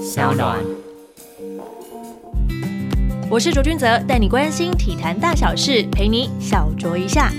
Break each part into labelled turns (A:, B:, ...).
A: 小暖，
B: 我是卓君泽，带你关心体坛大小事，陪你小酌一下。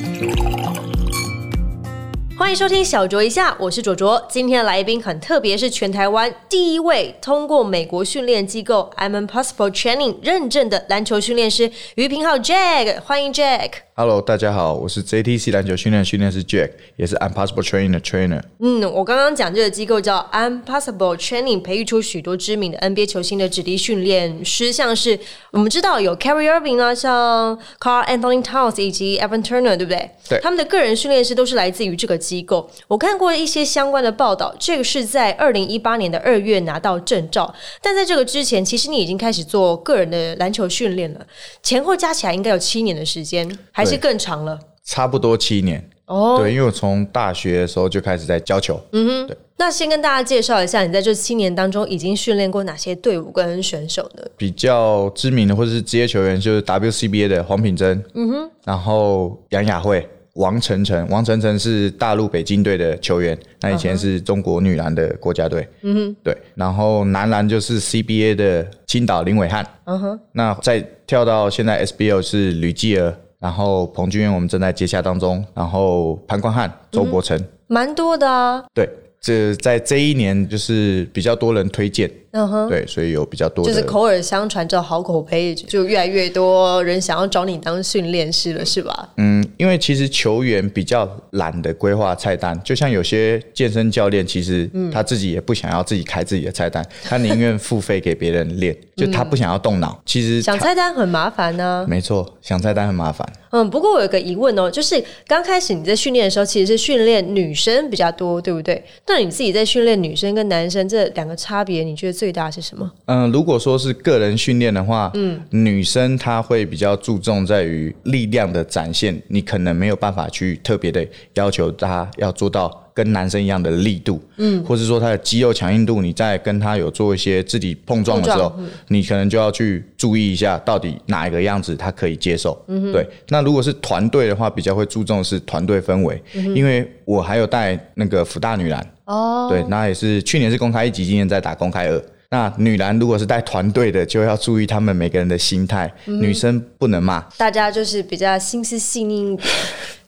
B: 欢迎收听小酌一下，我是卓卓。今天的来宾很特别，是全台湾第一位通过美国训练机构 I'm Impossible Training 认证的篮球训练师于平浩 Jack，欢迎 Jack。
C: Hello，大家好，我是 JTC 篮球训练训练师 Jack，也是 Impossible Training 的 trainer。
B: 嗯，我刚刚讲这个机构叫 Impossible Training，培育出许多知名的 NBA 球星的指定训练师，像是我们知道有 Kyrie Irving 啊，像 Carl Anthony Towns 以及 Evan Turner，对不对？
C: 对
B: 他们的个人训练师都是来自于这个机构。我看过一些相关的报道，这个是在二零一八年的二月拿到证照，但在这个之前，其实你已经开始做个人的篮球训练了，前后加起来应该有七年的时间，还是
C: 对
B: 更长了。
C: 差不多七年。
B: 哦
C: 对，因为我从大学的时候就开始在教球。嗯，
B: 那先跟大家介绍一下，你在这七年当中已经训练过哪些队伍跟选手呢？
C: 比较知名的或者是职业球员就是 WCBA 的黄品珍，嗯哼，然后杨雅慧、王晨晨，王晨晨是大陆北京队的球员，那以前是中国女篮的国家队，嗯哼，对，然后男篮就是 CBA 的青岛林伟汉，嗯哼，那再跳到现在 SBL 是吕继儿。然后彭俊彦我们正在接洽当中，然后潘光汉、周伯成，
B: 蛮多的啊，
C: 对，这在这一年就是比较多人推荐，
B: 嗯哼，
C: 对，所以有比较多的
B: 就是口耳相传，这好口碑就越来越多人想要找你当训练师了，是吧？
C: 嗯，因为其实球员比较懒得规划菜单，就像有些健身教练，其实他自己也不想要自己开自己的菜单，他宁愿付费给别人练，就他不想要动脑。其实
B: 想
C: 他
B: 菜单很麻烦呢、
C: 没错，想菜单很麻烦。
B: 嗯，不过我有个疑问哦，就是刚开始你在训练的时候，其实是训练女生比较多，对不对？那你自己在训练女生跟男生这两个差别，你觉得最大是什么？
C: 嗯，如果说是个人训练的话，嗯，女生她会比较注重在于力量的展现，你可能没有办法去特别的要求她要做到跟男生一样的力度，嗯，或是说她的肌肉强硬度，你在跟她有做一些肢体碰撞嗯的时候，你可能就要去注意一下，到底哪一个样子她可以接受，嗯、对。那如果是团队的话，比较会注重是团队氛围，因为我还有带那个福大女篮。
B: 哦，
C: 对，那也是去年是公开一级，今年在打公开二。那女篮如果是带团队的，就要注意他们每个人的心态，女生不能骂。
B: 大家就是比较心思细腻一点，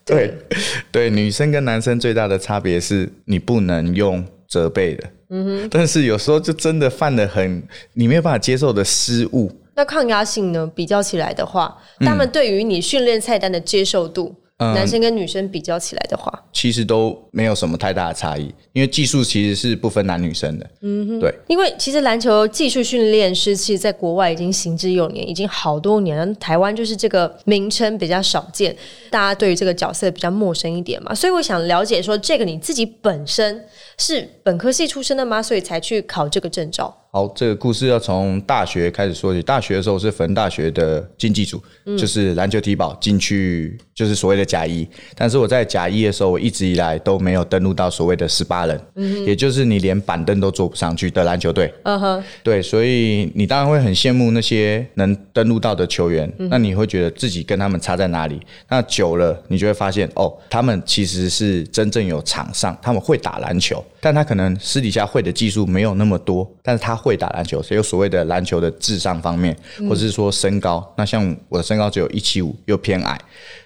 C: 对， 对，女生跟男生最大的差别是你不能用责备的。嗯哼，但是有时候就真的犯了很你没有办法接受的失误。
B: 那抗压性呢？比较起来的话，
C: 嗯
B: 他们对于你训练菜单的接受度，男生跟女生比较起来的话，
C: 其实都没有什么太大的差异，因为技术其实是不分男女生的。嗯哼，对，
B: 因为其实篮球技术训练师其实在国外已经行之有年，已经好多年了。台湾就是这个名称比较少见，大家对于这个角色比较陌生一点嘛。所以我想了解说，这个你自己本身是本科系出身的吗？所以才去考这个证照？
C: 好，这个故事要从大学开始说起。大学的时候是逢大学的竞技组，就是篮球体保进去，就是所谓的甲一。但是我在甲一的时候，我一直以来都没有登录到所谓的十八人，也就是你连板凳都坐不上去的篮球队。
B: 嗯哼，
C: 对，所以你当然会很羡慕那些能登录到的球员，那你会觉得自己跟他们差在哪里？那久了，你就会发现哦，他们其实是真正有场上，他们会打篮球，但他可能私底下会的技术没有那么多，但是他会打篮球，所以有所谓的篮球的智商方面，或者是说身高。那像我的身高只有一七五，又偏矮，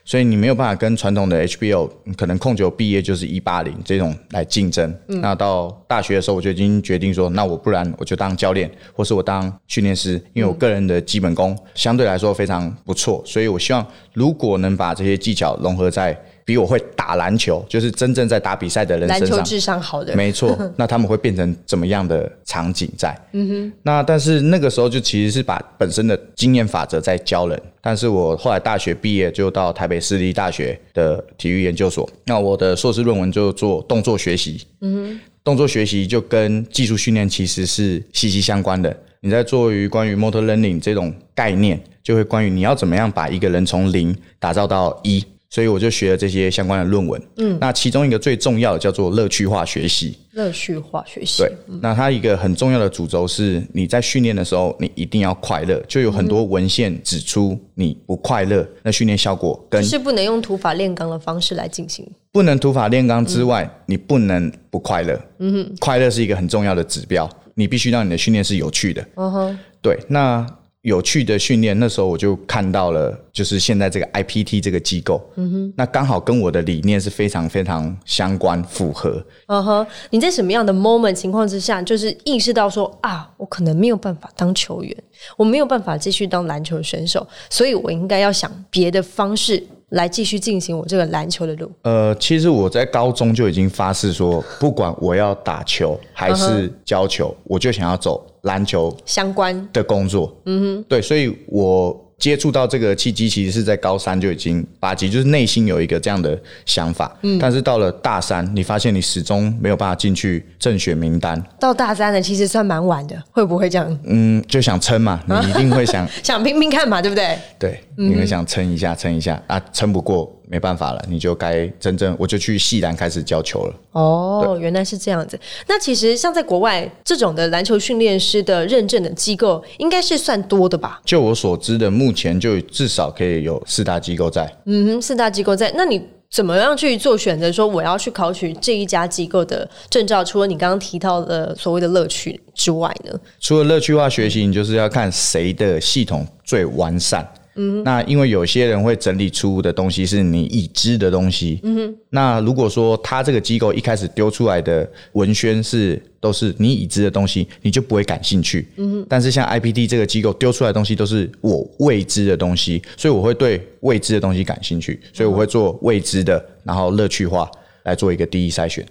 C: 所以你没有办法跟传统的 HBO 嗯可能控球毕业就是一八零这种来竞争。
B: 嗯
C: 那到大学的时候，我就已经决定说，那我不然我就当教练，或是我当训练师，因为我个人的基本功相对来说非常不错，所以我希望如果能把这些技巧融合在比我会打篮球，就是真正在打比赛的人
B: 篮
C: 身
B: 球
C: 上，
B: 智商好的人，
C: 没 错，那他们会变成怎么样的场景在？嗯哼。那但是那个时候就其实是把本身的经验法则在教人，但是我后来大学毕业就到台北市立大学的体育研究所，那我的硕士论文就做动作学习。嗯哼。动作学习就跟技术训练其实是息息相关的。你在做于关于 motor learning 这种概念，就会关于你要怎么样把一个人从零打造到一。所以我就学了这些相关的论文。嗯，那其中一个最重要的叫做乐趣化学习。
B: 乐趣化学习。
C: 对，那它一个很重要的主轴是，你在训练的时候，你一定要快乐。就有很多文献指出，你不快乐，那训练效果跟
B: 就是不能用土法炼钢的方式来进行。
C: 不能土法炼钢之外，你不能不快乐。嗯哼，快乐是一个很重要的指标。你必须让你的训练是有趣的。
B: 嗯哼，
C: 对，那有趣的训练，那时候我就看到了，就是现在这个 IPT 这个机构，嗯哼，那刚好跟我的理念是非常非常相关符合。
B: 嗯哼，你在什么样的 moment 情况之下，就是意识到说啊，我可能没有办法当球员，我没有办法继续当篮球选手，所以我应该要想别的方式来继续进行我这个篮球的路。
C: 呃，其实我在高中就已经发誓说，不管我要打球还是教球，我就想要走篮球
B: 相关，
C: 的工作。嗯哼，对，所以我接触到这个契机，其实是在高三就已经八级，就是内心有一个这样的想法。嗯，但是到了大三，你发现你始终没有办法进去正选名单，
B: 到大三了，其实算蛮晚的，会不会这样？
C: 嗯，就想撑 嘛，你一定会想，
B: 想拼拼看嘛，对不对？
C: 对，你会想撑一下，撑一下啊，撑不过没办法了，你就该真正我就去系篮开始教球了。
B: 哦，原来是这样子。那其实像在国外这种的篮球训练师的认证的机构，应该是算多的吧？
C: 就我所知的，目前就至少可以有四大机构在。
B: 嗯哼，四大机构在。那你怎么样去做选择？说我要去考取这一家机构的证照，除了你刚刚提到的所谓的乐趣之外呢？
C: 除了乐趣化学习，你就是要看谁的系统最完善。嗯，那因为有些人会整理出的东西是你已知的东西。嗯，那如果说他这个机构一开始丢出来的文宣是都是你已知的东西，你就不会感兴趣。嗯，但是像 IPT 这个机构丢出来的东西都是我未知的东西，所以我会对未知的东西感兴趣，所以我会做未知的，然后乐趣化来做一个第一筛选。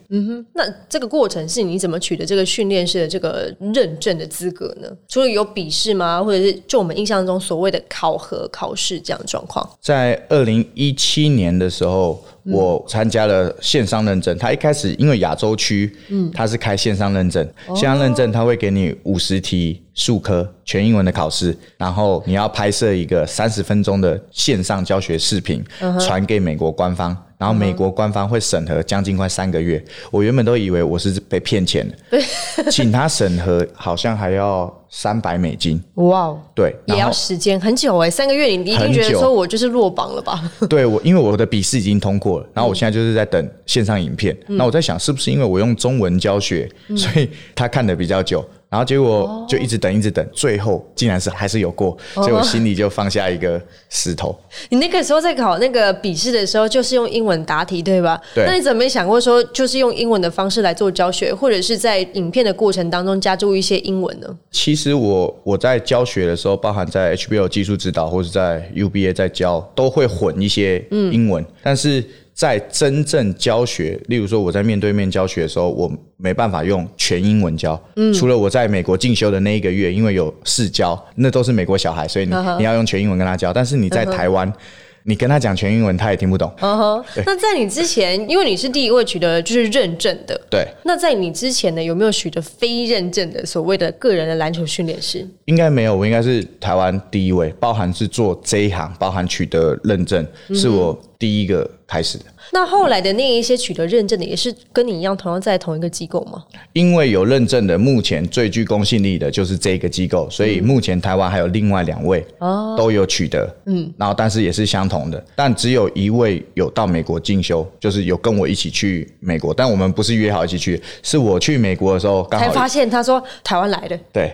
B: 那这个过程是你怎么取得这个训练师的这个认证的资格呢？除了有笔试吗？或者是就我们印象中所谓的考核、考试这样的状况？
C: 在二零一七年的时候，
B: 嗯
C: 我参加了线上认证。它一开始因为亚洲区，嗯，它是开线上认证，
B: 哦
C: 线上认证它会给你五十题数科全英文的考试，然后你要拍摄一个三十分钟的线上教学视频，
B: 嗯
C: 传给美国官方。然后美国官方会审核将近快三个月，我原本都以为我是被骗钱的，请他审核好像还要三百美金，
B: 哇哦！
C: 对，
B: 也
C: 然
B: 要
C: 后。
B: 时间很久哎、三个月你一定觉得
C: 很久
B: 说我就是落榜了吧？
C: 对我，因为我的笔试已经通过了，然后我现在就是在等线上影片。那我在想，是不是因为我用中文教学，所以他看的比较久，然后结果就一直等，一直等，最后竟然是还是有过，所以我心里就放下一个石头。
B: 你那个时候在考那个笔试的时候，就是用英文答题，对吧？
C: 对
B: 那你怎么没想过说，就是用英文的方式来做教学，或者是在影片的过程当中加注一些英文呢？
C: 其实我我在教学的时候，包含在 HBO 技术指导或是在 UBA 在教，都会混一些英文，但是。在真正教学，例如说我在面对面教学的时候，我没办法用全英文教。除了我在美国进修的那一个月，因为有试教，那都是美国小孩，所以你、你要用全英文跟他教。但是你在台湾你跟他讲全英文，他也听不懂。
B: 嗯哼。那在你之前，因为你是第一位取得就是认证的，
C: 对，
B: 那在你之前呢，有没有取得非认证的所谓的个人的篮球训练师？
C: 应该没有，我应该是台湾第一位，包含是做这一行，包含取得认证，是我第一个开始的。
B: 那后来的那一些取得认证的，也是跟你一样同样在同一个机构吗？
C: 因为有认证的，目前最具公信力的就是这个机构，所以目前台湾还有另外两位都有取得，嗯，然后但是也是相同的，但只有一位有到美国进修，就是有跟我一起去美国，但我们不是约好一起去，是我去美国的时候刚
B: 才
C: 好
B: 发现他说台湾来的，
C: 对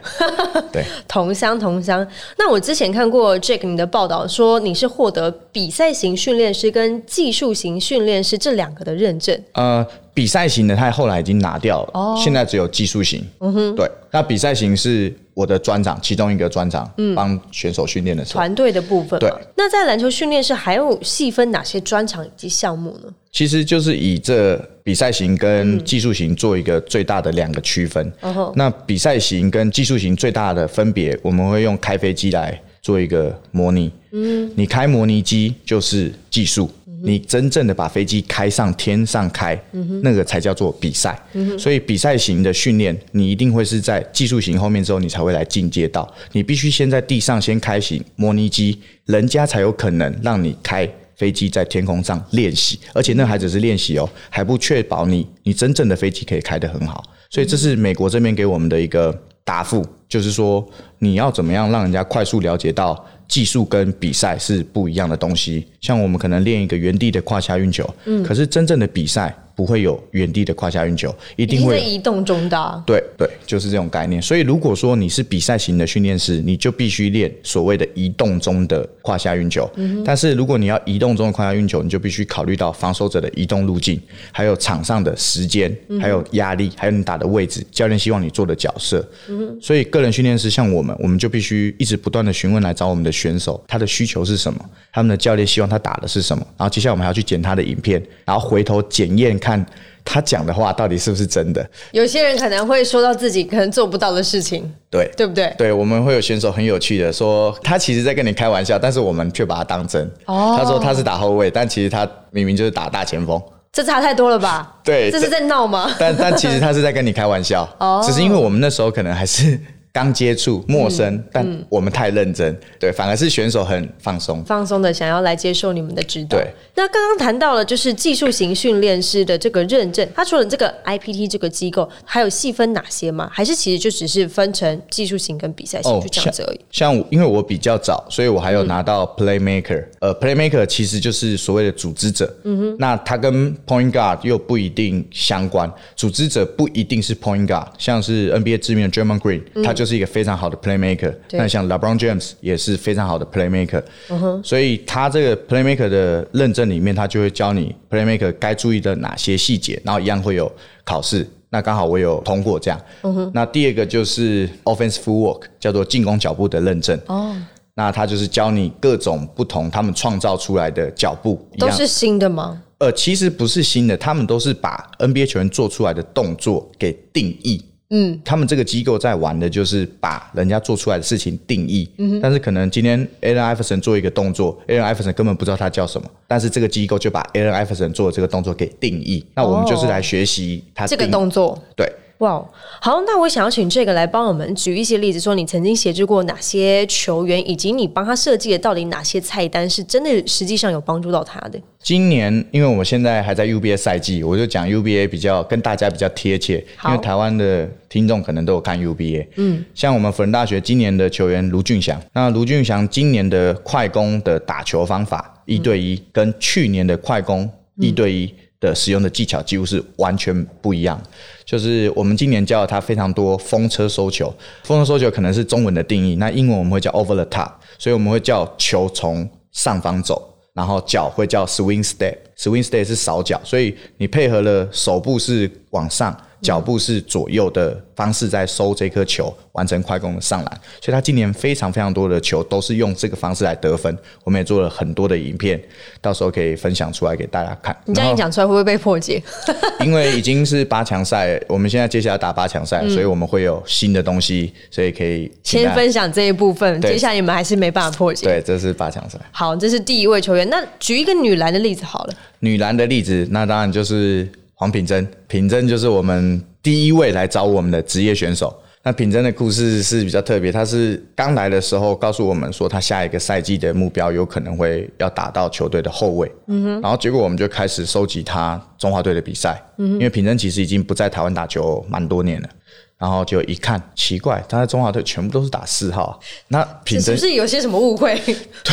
C: 对，
B: 同乡同乡。那我之前看过 Jack 你的报道，说你是获得比赛型训练师跟技术型训练师这两个的认证。
C: 呃，比赛型的他后来已经拿掉了，现在只有技术型，嗯哼，对，那比赛型是我的专长，其中一个专长，帮选手训练的时候。
B: 团队的部分嘛
C: 对，
B: 那在篮球训练师还有细分哪些专场以及项目呢？
C: 其实就是以这比赛型跟技术型做一个最大的两个区分。
B: 哦
C: 那比赛型跟技术型最大的分别，我们会用开飞机来做一个模拟。嗯，你开模拟机就是技术，你真正的把飞机开上天上开，那个才叫做比赛。所以比赛型的训练，你一定会是在技术型后面之后，你才会来进阶到，你必须先在地上先开行模拟机，人家才有可能让你开。飞机在天空上练习，而且那还只是练习哦，还不确保你你真正的飞机可以开得很好。所以这是美国这边给我们的一个答复，就是说你要怎么样让人家快速了解到技术跟比赛是不一样的东西。像我们可能练一个原地的胯下运球，可是真正的比赛不会有原地的胯下运球，一
B: 已
C: 定
B: 经在
C: 会有
B: 移动中的啊、
C: 对对，就是这种概念。所以如果说你是比赛型的训练师，你就必须练所谓的移动中的胯下运球。但是如果你要移动中的胯下运球，你就必须考虑到防守者的移动路径，还有场上的时间，还有压力，还有你打的位置，教练希望你做的角色。所以个人训练师像我们，我们就必须一直不断的询问来找我们的选手，他的需求是什么，他们的教练希望他打的是什么，然后接下来我们还要去剪他的影片，然后回头检验看。他讲的话到底是不是真的？
B: 有些人可能会说到自己可能做不到的事情，
C: 对，
B: 对不对？
C: 对，我们会有选手很有趣的说，他其实在跟你开玩笑，但是我们却把他当真。
B: 哦
C: 他说他是打后卫，但其实他明明就是打大前锋。
B: 这差太多了吧？
C: 对
B: 这是在闹吗？
C: 但 但其实他是在跟你开玩笑，
B: 哦
C: 只是因为我们那时候可能还是刚接触陌
B: 嗯
C: 生，但我们太认真，对，反而是选手很放松。
B: 放松的想要来接受你们的指导
C: 对。
B: 那刚刚谈到了就是技术型训练师的这个认证，它除了这个 IPT 这个机构，还有细分哪些吗？还是其实就只是分成技术型跟比赛型、
C: 哦
B: 就这样子而已？
C: 像我因为我比较早，所以我还有拿到 playmaker、呃，playmaker 其实就是所谓的组织者。嗯哼。那它跟 point guard 又不一定相关，组织者不一定是 point guard，像是 NBA 知名的 German Green，、他就是一个非常好的 playmaker。
B: 对
C: 那像 LeBron James 也是非常好的 playmaker。嗯哼。所以他这个 playmaker 的认证里面，他就会教你 playmaker 该注意的哪些细节，然后一样会有考试。那刚好我有通过这样。
B: 嗯
C: 那第二个就是 offense footwork，叫做进攻脚步的认证。哦。那他就是教你各种不同他们创造出来的脚步，一
B: 都
C: 样
B: 是新的吗？
C: 呃，其实不是新的，他们都是把 NBA 球员做出来的动作给定义。嗯，他们这个机构在玩的就是把人家做出来的事情定义。嗯，但是可能今天 Allen Iverson 做一个动作，Allen Iverson 根本不知道他叫什么，但是这个机构就把 Allen Iverson 做的这个动作给定义。那我们就是来学习他
B: 哦这个
C: 定
B: 动作。
C: 对。
B: 哇哦，好，那我想要请这个来帮我们举一些例子，说你曾经协助过哪些球员，以及你帮他设计的到底哪些菜单是真的实际上有帮助到他的。
C: 今年，因为我们现在还在 UBA 赛季，我就讲 UBA 比较跟大家比较贴切，
B: 好
C: 因为台湾的听众可能都有看 UBA。嗯，像我们辅仁大学今年的球员卢俊祥，那卢俊祥今年的快攻的打球方法一对一，跟去年的快攻一对一的使用的技巧几乎是完全不一样。就是我们今年教了他非常多风车收球，风车收球可能是中文的定义，那英文我们会叫 over the top，所以我们会叫球从上方走。然后脚会叫 swing step，swing step 是扫脚，所以你配合了手部是往上，
B: 嗯
C: 脚步是左右的方式在收这颗球，完成快攻的上篮。所以他今年非常非常多的球都是用这个方式来得分，我们也做了很多的影片，到时候可以分享出来给大家看。
B: 你这样一讲出来，会不会被破 解？
C: 因为已经是八强赛， 我们现在接下来打八强赛，所以我们会有新的东西，所以可以
B: 嗯先
C: 请大家
B: 分享这一部分，
C: 对
B: 接下来你们还是没办法破解。
C: 对，这是八强赛。
B: 好，这是第一位球员。那举一个女篮的例子好了。
C: 女篮的例子，那当然就是黄品珍。品珍就是我们第一位来找我们的职业选手。那品珍的故事是比较特别，她是刚来的时候告诉我们说，她下一个赛季的目标有可能会要打到球队的后卫。嗯哼，然后结果我们就开始收集她中华队的比赛，嗯、因为品珍其实已经不在台湾打球蛮多年了。然后就一看，奇怪，她在中华队全部都是打四号啊。那品
B: 是
C: 珍
B: 不是有些什么误会？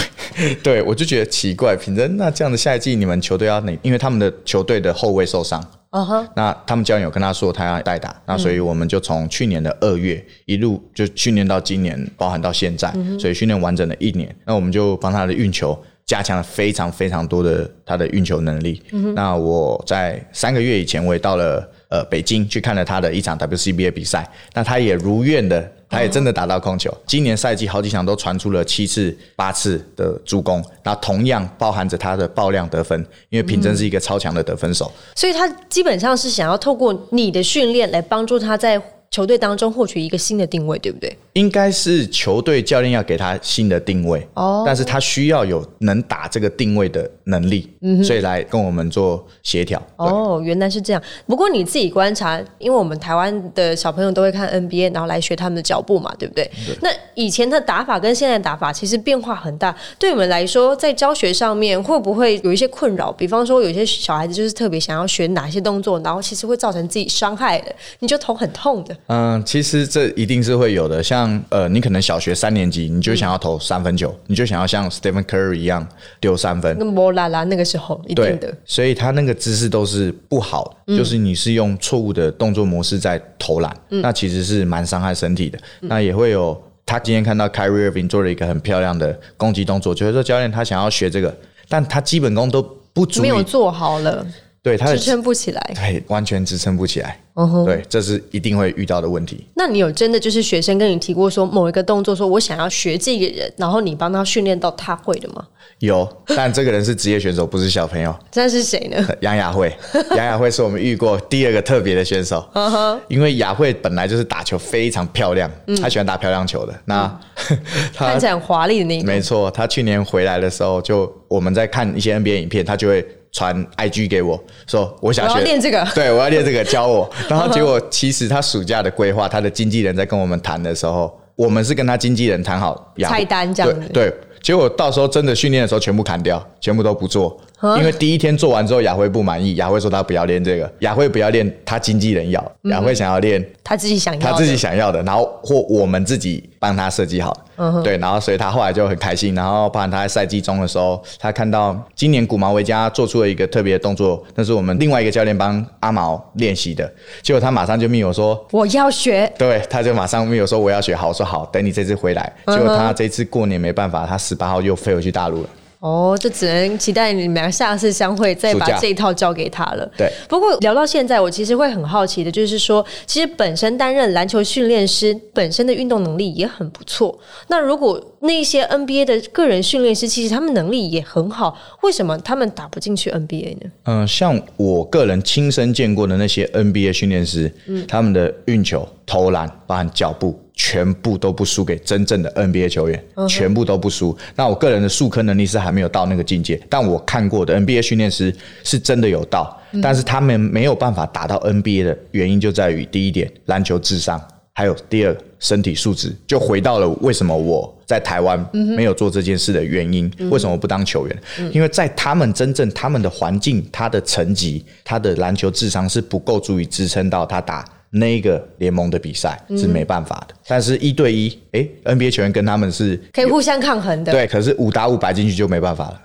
C: 对，我就觉得奇怪，品珍，那这样的下一季你们球队要哪？因为他们的球队的后卫受伤，
B: 啊哈，
C: 那他们教练有跟他说他要代打，那所以我们就从去年的二月一路就训练到今年，包含到现在，所以训练完整了一年。那我们就帮他的运球加强了非常非常多的他的运球能力。那我在三个月以前，我也到了呃北京去看了他的一场 WCBA 比赛，那他也如愿的。他也真的打到控球，今年赛季好几场都传出了七次、八次的助攻，那同样包含着他的爆量得分，因为品珍是一个超强的得分手，
B: 所以他基本上是想要透过你的训练来帮助他在球队当中获取一个新的定位，对不对？
C: 应该是球队教练要给他新的定位，
B: 哦
C: 但是他需要有能打这个定位的能力，嗯、所以来跟我们做协调。对
B: 哦，原来是这样。不过你自己观察，因为我们台湾的小朋友都会看 NBA，然后来学他们的脚步嘛，对不对？那以前的打法跟现在的打法其实变化很大，对你们来说，在教学上面会不会有一些困扰？比方说，有些小孩子就是特别想要学哪些动作，然后其实会造成自己伤害的，你就头很痛的。
C: 嗯，其实这一定是会有的。像呃，你可能小学三年级你就想要投三分球，你就想要像 Stephen Curry 一样丢三分
B: 那，么啦啦，那个时候一
C: 对
B: 定的，嗯
C: 所以他那个姿势都是不好的，就是你是用错误的动作模式在投篮，
B: 嗯
C: 那其实是蛮伤害身体的。那也会有他今天看到 Kyrie Irving 做了一个很漂亮的攻击动作，觉得说教练他想要学这个，但他基本功都不足
B: 没有
C: 以，
B: 做好了，
C: 对他的
B: 支撑哦不起来。
C: 对完全支撑不起来。对，这是一定会遇到的问题。
B: 那你有真的就是学生跟你提过说某一个动作，说我想要学这个人，然后你帮他训练到他会的吗？
C: 有，但这个人是职业选手，不是小朋友。
B: 那是谁 呢？
C: 杨雅慧，杨雅慧是我们遇过第二个特别的选手，
B: 嗯
C: 因为雅慧本来就是打球非常漂亮，她喜欢打漂亮球的。那 她
B: 看起来很华丽的那一种。
C: 没错，她去年回来的时候，就我们在看一些 NBA 影片，她就会传 IG 给我说我想
B: 我要
C: 学
B: 练这个
C: 对我要练这个，教我。然后结果其实她暑假的规划，她的经纪人在跟我们谈的时候，我们是跟她经纪人谈好雅慧
B: 菜单这样子
C: 对。对结果到时候真的训练的时候，全部砍掉，全部都不做，因为第一天做完之后，雅慧不满意，雅慧说她不要练这个，雅慧不要练她经纪人要，
B: 嗯
C: 雅慧想要练
B: 他自己想要的，
C: 他自己想要的，然后或我们自己帮他设计好的，对，然后所以他后来就很开心，然后包含他在赛季中的时候，他看到今年古毛维加做出了一个特别的动作，那是我们另外一个教练帮阿毛练习的，结果他马上就密我说。
B: 我要学，
C: 对，他就马上密我说我要学好，我说好，等你这次回来。结果他这次过年没办法，他十八号又飞回去大陆了。
B: 哦，就只能期待你们俩下次相会，再把
C: 暑假
B: 这一套交给他了。
C: 对，
B: 不过聊到现在，我其实会很好奇的，就是说，其实本身担任篮球训练师，本身的运动能力也很不错。那如果那些 NBA 的个人训练师，其实他们能力也很好，为什么他们打不进去 NBA 呢？
C: 嗯，像我个人亲身见过的那些 NBA 训练师，他们的运球、投篮、包含脚步，全部都不输给真正的 NBA 球员，全部都不输。那我个人的数科能力是还没有到那个境界，但我看过的 NBA 训练师是真的有到，但是他们没有办法达到 NBA 的原因就在于第一点，篮球智商。还有第二个身体素质，就回到了为什么我在台湾没有做这件事的原因，为什么不当球员？因为在他们真正他们的环境、他的成绩、他的篮球智商是不够足以支撑到他打。那一个联盟的比赛是没办法的，但是一对一，诶 n b a 球员跟他们是
B: 可以互相抗衡的。
C: 对，可是五打五摆进去就没办法了。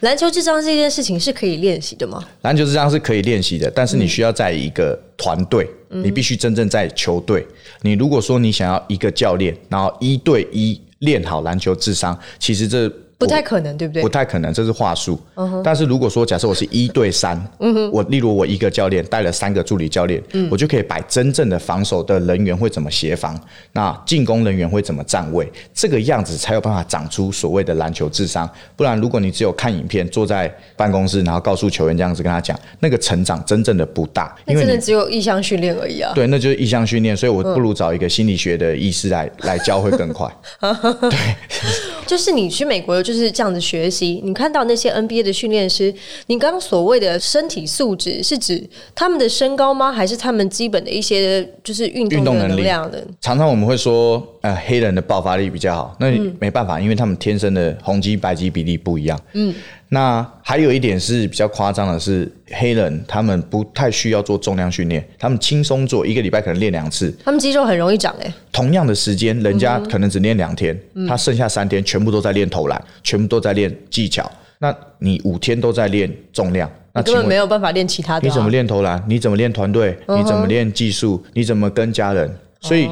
B: 篮球智商这件事情是可以练习的吗？
C: 篮球智商是可以练习的，但是你需要在一个团队，你必须真正在球队。你如果说你想要一个教练，然后一对一练好篮球智商，其实这
B: 不太
C: 我
B: 可能，对不对嗯
C: 不？太可能，这是话术。但是如果说假设我是一对三，我例如我一个教练带了三个助理教练，
B: 嗯
C: 我就可以摆真正的防守的人员会怎么协防，那进攻人员会怎么站位，这个样子才有办法长出所谓的篮球智商。不然，如果你只有看影片，坐在办公室，然后告诉球员这样子跟他讲，那个成长真正的不大，
B: 那
C: 因为
B: 真
C: 你
B: 的嗯只有意向训练而已啊。
C: 对，那就是意向训练，所以我不如找一个心理学的医师来来教会更快。
B: 就是你去美国就是这样子学习，你看到那些 NBA 的训练师，你刚刚所谓的身体素质是指他们的身高吗？还是他们基本的一些就是运动
C: 运动
B: 的
C: 能力
B: 能量的？
C: 常常我们会说，呃，黑人的爆发力比较好，那没办法，因为他们天生的红肌白肌比例不一样。嗯，那还有一点是比较夸张的是，黑人他们不太需要做重量训练，他们轻松做，一个礼拜可能练两次，
B: 他们肌肉很容易长哎、
C: 同样的时间，人家可能只练两天，
B: 嗯
C: 他剩下三天全部都在练投篮，全部都在练技巧，那你五天都在练重量，那
B: 你根
C: 请问
B: 本没有办法练其他的、啊。
C: 你怎么练投篮？你怎么练团队？你怎么练技术？你怎么跟家人？所以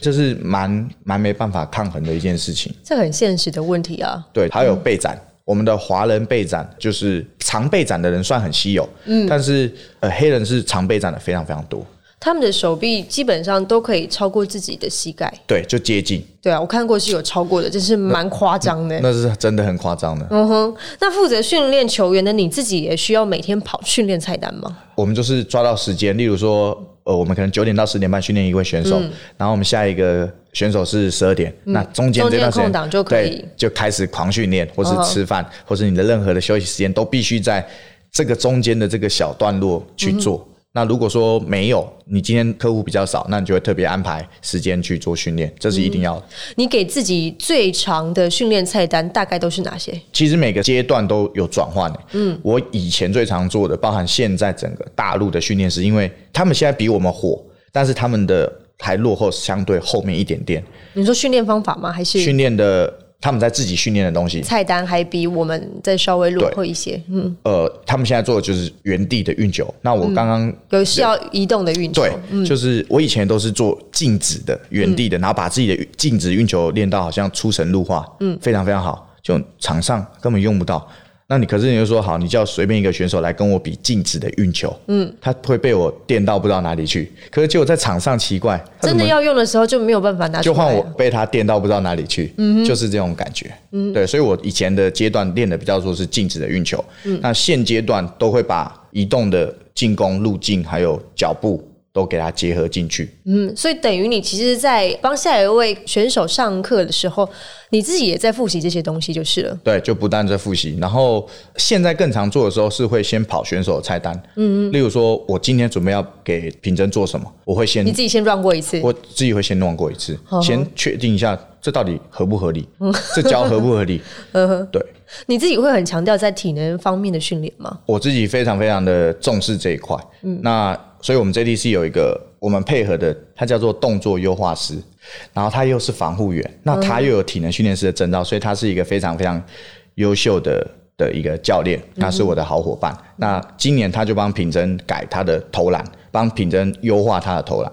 C: 这是蛮蛮没办法抗衡的一件事情。
B: 这很现实的问题啊！
C: 对，还有备展，我们的华人备展就是常备展的人算很稀有，嗯，但是呃黑人是常备展的非常非常多，
B: 他们的手臂基本上都可以超过自己的膝盖。
C: 对，就接近，
B: 对啊，我看过是有超过的，这是蛮夸张的、
C: 那是真的很夸张的。
B: 嗯哼，那负责训练球员的你自己也需要每天跑训练菜单吗？
C: 我们就是抓到时间，例如说，呃，我们可能九点到十点半训练一位选手，
B: 嗯
C: 然后我们下一个选手是十二点，那中间这段时
B: 中间
C: 间
B: 空档就可以嗯
C: 对就开始狂训练，或是吃饭，或是你的任何的休息时间都必须在这个中间的这个小段落去做。
B: 嗯
C: 那如果说没有，你今天客户比较少，那你就会特别安排时间去做训练，这是一
B: 嗯
C: 定要的。
B: 你给自己最长的训练菜单大概都是哪些？
C: 其实每个阶段都有转换、嗯，我以前最常做的，包含现在整个大陆的训练师，因为他们现在比我们火，但是他们的还落后相对后面一点点。
B: 你说训练方法吗？还是
C: 训练的他们在自己训练的东西，
B: 菜单还比我们再稍微落后一些？嗯，
C: 呃，他们现在做的就是原地的运球。那我刚刚、
B: 有是要移动的运球。
C: 对，就是我以前都是做静止的、原地的，然后把自己的静止运球练到好像出神入化，嗯，非常非常好，就场上根本用不到。那你可是你就说好，你叫随便一个选手来跟我比静止的运球，嗯，他会被我电到不知道哪里去。可是结果在场上奇怪，他怎
B: 真
C: 么
B: 的要用的时候就没有办法拿出
C: 就
B: 来。
C: 换我被他电到不知道哪里去，就是这种感觉。对，所以我以前的阶段练的比较说是静止的运球，嗯那现阶段都会把移动的进攻路径还有脚步都给它结合进去。
B: 嗯，所以等于你其实，在帮下一位选手上课的时候，你自己也在复习这些东西就是了。
C: 对，就不断在复习。然后现在更常做的时候是会先跑选手的菜单，嗯，例如说我今天准备要给品珍做什么，我会先
B: 你自己先 run 过一次，
C: 嗯我自己会先弄过一次，先确定一下这到底合不合理，这教合不合 理，对。
B: 你自己会很强调在体能方面的训练吗？
C: 我自己非常非常的重视这一块。那所以我们 JDC 有一个我们配合的，他叫做动作优化师，然后他又是防护员，那他又有体能训练师的证照，所以他是一个非常非常优秀的。的一个教练，那是我的好伙伴。那今年他就帮品珍改他的投篮，帮品珍优化他的投篮。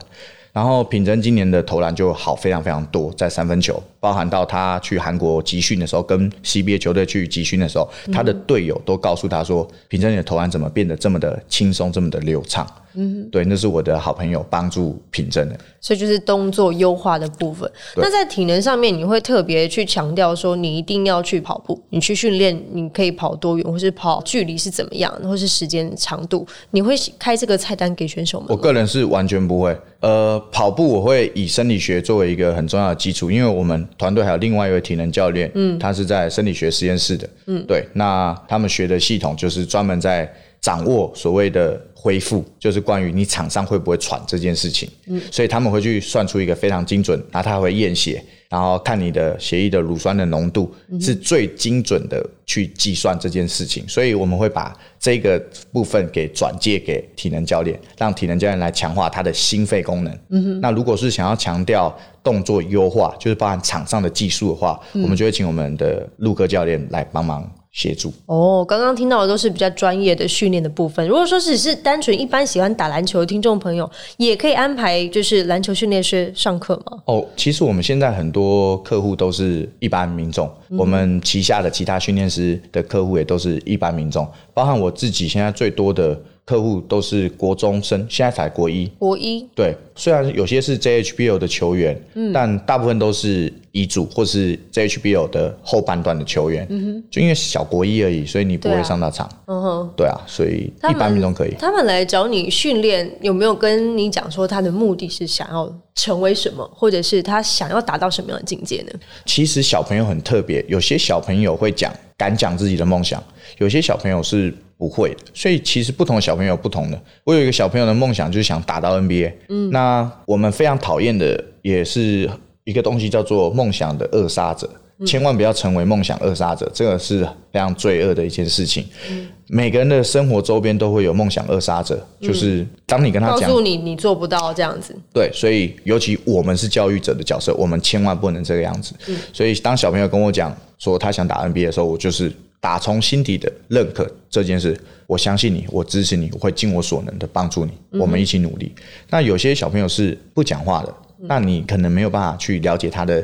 C: 然后品珍今年的投篮就好非常非常多，在三分球，包含到他去韩国集训的时候，跟 CBA 球队去集训的时候，他的队友都告诉他说，品珍你的投篮怎么变得这么的轻松，这么的流畅？嗯，对，那是我的好朋友帮助品珍的。
B: 所以就是动作优化的部分。那在体能上面，你会特别去强调说，你一定要去跑步，你去训练，你可以跑多远，或是跑距离是怎么样，或是时间长度，你会开这个菜单给选手们
C: 我
B: 吗？
C: 个人是完全不会。呃，跑步我会以生理学作为一个很重要的基础，因为我们团队还有另外一位体能教练，嗯，他是在生理学实验室的，嗯，对。那他们学的系统就是专门在掌握所谓的恢复，就是关于你场上会不会喘这件事情，嗯，所以他们会去算出一个非常精准，然后他还会验血，然后看你的血液的乳酸的浓度是最精准的去计算这件事情，所以我们会把这个部分给转借给体能教练，让体能教练来强化他的心肺功能。嗯哼，那如果是想要强调动作优化，就是包含场上的技术的话，我们就会请我们的陆克教练来帮忙协助。
B: 哦，刚刚听到的都是比较专业的训练的部分。如果说只是单纯一般喜欢打篮球的听众朋友，也可以安排就是篮球训练师上课吗？
C: 哦，其实我们现在很多客户都是一般民众，我们旗下的其他训练师的客户也都是一般民众，包含我自己现在最多的客户都是国中生，现在才国一。
B: 国一
C: 对，虽然有些是 JHBL 的球员，
B: 嗯
C: 但大部分都是遗嘱或是 JHBL 的后半段的球员，就因为小国一而已，所以你不
B: 嗯对啊
C: 会上到场。嗯哼，对啊，所以一般民众可以。
B: 他们来找你训练，有没有跟你讲说他的目的是想要成为什么，或者是他想要达到什么样的境界呢？
C: 其实小朋友很特别，有些小朋友会讲，敢讲自己的梦想；有些小朋友是不会的。所以其实不同的小朋友有不同的。我有一个小朋友的梦想就是想打到 NBA，嗯，那我们非常讨厌的也是一个东西叫做梦想的扼杀者。
B: 嗯
C: 千万不要成为梦想扼杀者，这个是非常罪恶的一件事情。
B: 嗯
C: 每个人的生活周边都会有梦想扼杀者，就是当你跟他
B: 嗯告
C: 讲
B: 诉你你做不到这样子，
C: 对，所以尤其我们是教育者的角色，我们千万不能这个样子。所以当小朋友跟我讲说他想打 NBA 的时候，我就是打从心底的认可这件事，我相信你，我支持你，我会尽我所能的帮助你，我们一起努力。那有些小朋友是不讲话的，那你可能没有办法去了解他的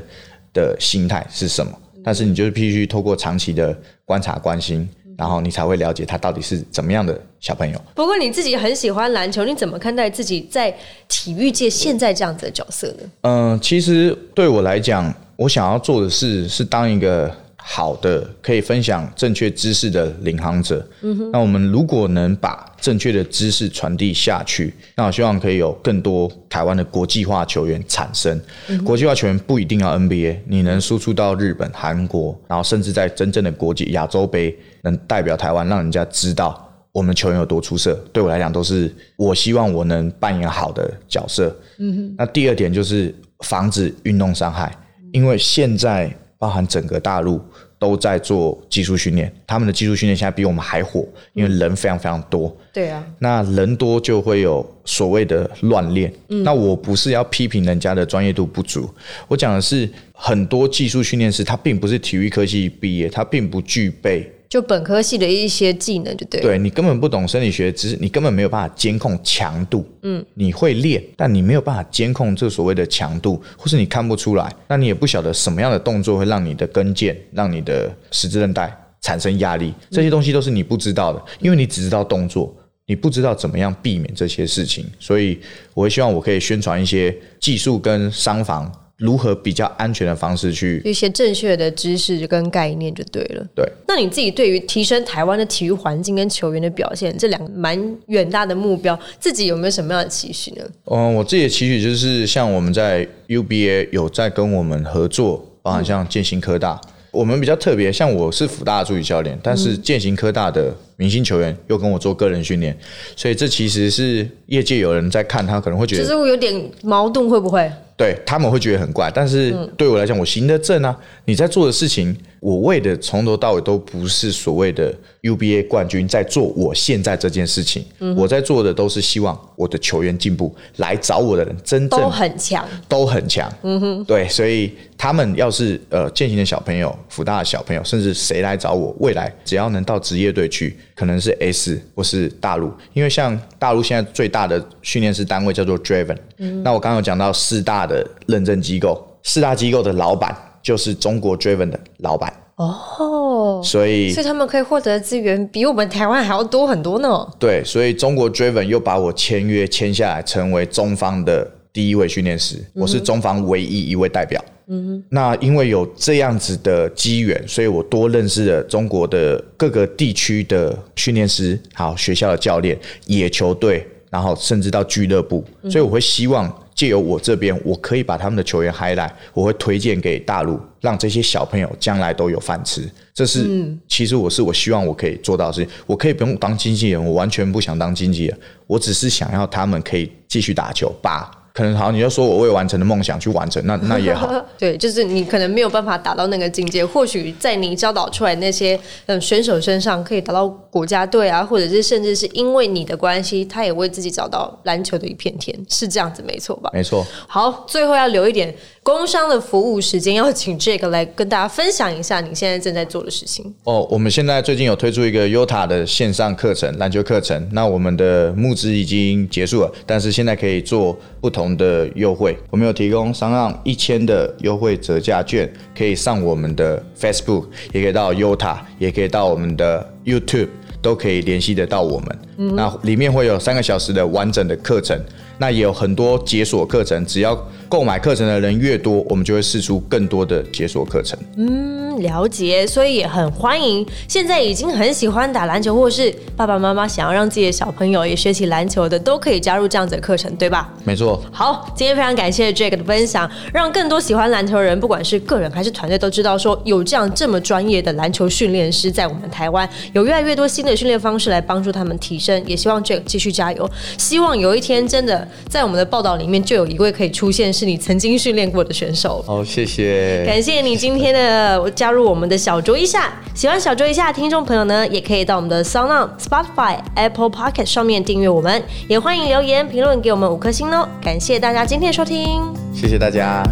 C: 的心态是什么，但是你就是必须透过长期的观察、关心，然后你才会了解他到底是怎么样的小朋友。
B: 不过你自己很喜欢篮球，你怎么看待自己在体育界现在这样子的角色呢？
C: 嗯，其实对我来讲，我想要做的事是当一个好的可以分享正确知识的领航者。嗯哼，那我们如果能把正确的知识传递下去，那我希望可以有更多台湾的国际化球员产生。国际化球员不一定要 NBA，你能输出到日本、韩国，然后甚至在真正的国际亚洲杯能代表台湾，让人家知道。我们球员有多出色，对我来讲都是我希望我能扮演好的角色。嗯哼。那第二点就是防止运动伤害，因为现在包含整个大陆都在做技术训练，他们的技术训练现在比我们还火，因为人非常非常多。
B: 对啊，
C: 那人多就会有所谓的乱练。那我不是要批评人家的专业度不足，我讲的是很多技术训练师他并不是体育科系毕业，他并不具备
B: 就本科系的一些技能就对了。
C: 对你根本不懂生理学，只是你根本没有办法监控强度。嗯，你会练，但你没有办法监控这所谓的强度，或是你看不出来，那你也不晓得什么样的动作会让你的跟腱、让你的十字韧带产生压力，这些东西都是你不知道的，因为你只知道动作。你不知道怎么样避免这些事情，所以我会希望我可以宣传一些技术跟商房如何比较安全的方式去
B: 一些正确的知识跟概念就对了。
C: 对，
B: 那你自己对于提升台湾的体育环境跟球员的表现这两个蛮远大的目标，自己有没有什么样的期许呢？
C: 嗯，我自己的期许就是，像我们在 UBA 有在跟我们合作，包含像建行科大，我们比较特别，像我是辅大的助理教练，但是建行科大的明星球员又跟我做个人训练，所以这其实是业界有人在看，他可能会觉
B: 就
C: 得
B: 是我有点矛盾，会不会？
C: 对他们会觉得很怪，但是对我来讲，我行得正啊。你在做的事情，我为的从头到尾都不是所谓的 UBA 冠军，在做我现在这件事情，
B: 嗯
C: 我在做的都是希望我的球员进步，来找我的人真
B: 都
C: 正
B: 很强，
C: 都很强，嗯哼，对，所以他们要是呃践行的小朋友、福大的小朋友，甚至谁来找我，未来只要能到职业队去，可能是 S 或是大陆，因为像大陆现在最大的训练师单位叫做 Draven，、那我刚刚有讲到四大的认证机构，四大机构的老板就是中国 Draven 的老板，
B: 哦，
C: 所以
B: 所以他们可以获得的资源比我们台湾还要多很多呢。
C: 对，所以中国 Draven 又把我签约签下来，成为中方的第一位训练师，我是中方唯一一位代表。嗯，那因为有这样子的机缘，所以我多认识了中国的各个地区的训练师，好学校的教练、野球队，然后甚至到俱乐部，所以我会希望借由我这边，我可以把他们的球员 highlight，我会推荐给大陆，让这些小朋友将来都有饭吃。这是、其实我是我希望我可以做到的事情，我可以不用当经纪人，我完全不想当经纪人，我只是想要他们可以继续打球吧。可能好，你就说我未完成的梦想去完成，那那也好。
B: 对，就是你可能没有办法达到那个境界，或许在你教导出来那些嗯选手身上，可以达到国家队啊，或者是甚至是因为你的关系，他也为自己找到篮球的一片天，是这样子没错吧？
C: 没错，
B: 好，最后要留一点工商的服务时间，要请 Jake 来跟大家分享一下你现在正在做的事情。
C: 哦，我们现在最近有推出一个 Yota 的线上课程，篮球课程。那我们的募资已经结束了，但是现在可以做不同的优惠。我们有提供商让一千的优惠折价券，可以上我们的 Facebook，也可以到 Yota，也可以到我们的 YouTube，都可以联系得到我们。那里面会有三个小时的完整的课程，那也有很多解锁课程。只要购买课程的人越多，我们就会试出更多的解锁课程。
B: 嗯，了解，所以也很欢迎。现在已经很喜欢打篮球，或是爸爸妈妈想要让自己的小朋友也学起篮球的，都可以加入这样子的课程，对吧？
C: 没错。
B: 好，今天非常感谢 Jake 的分享，让更多喜欢篮球的人，不管是个人还是团队，都知道说有这样这么专业的篮球训练师在我们台湾，有越来越多新的训练方式来帮助他们提升。也希望 Jake 继续加油，希望有一天真的在我们的报道里面就有一位可以出现是你曾经训练过的选手。
C: 好，谢谢。
B: 感谢你今天的加入我们的小酌一下。喜欢小酌一下的听众朋友呢，也可以到我们的 Sound On、Spotify、Apple Pocket 上面订阅我们，也欢迎留言评论给我们五颗星哦。感谢大家今天的收听。
C: 谢谢大家。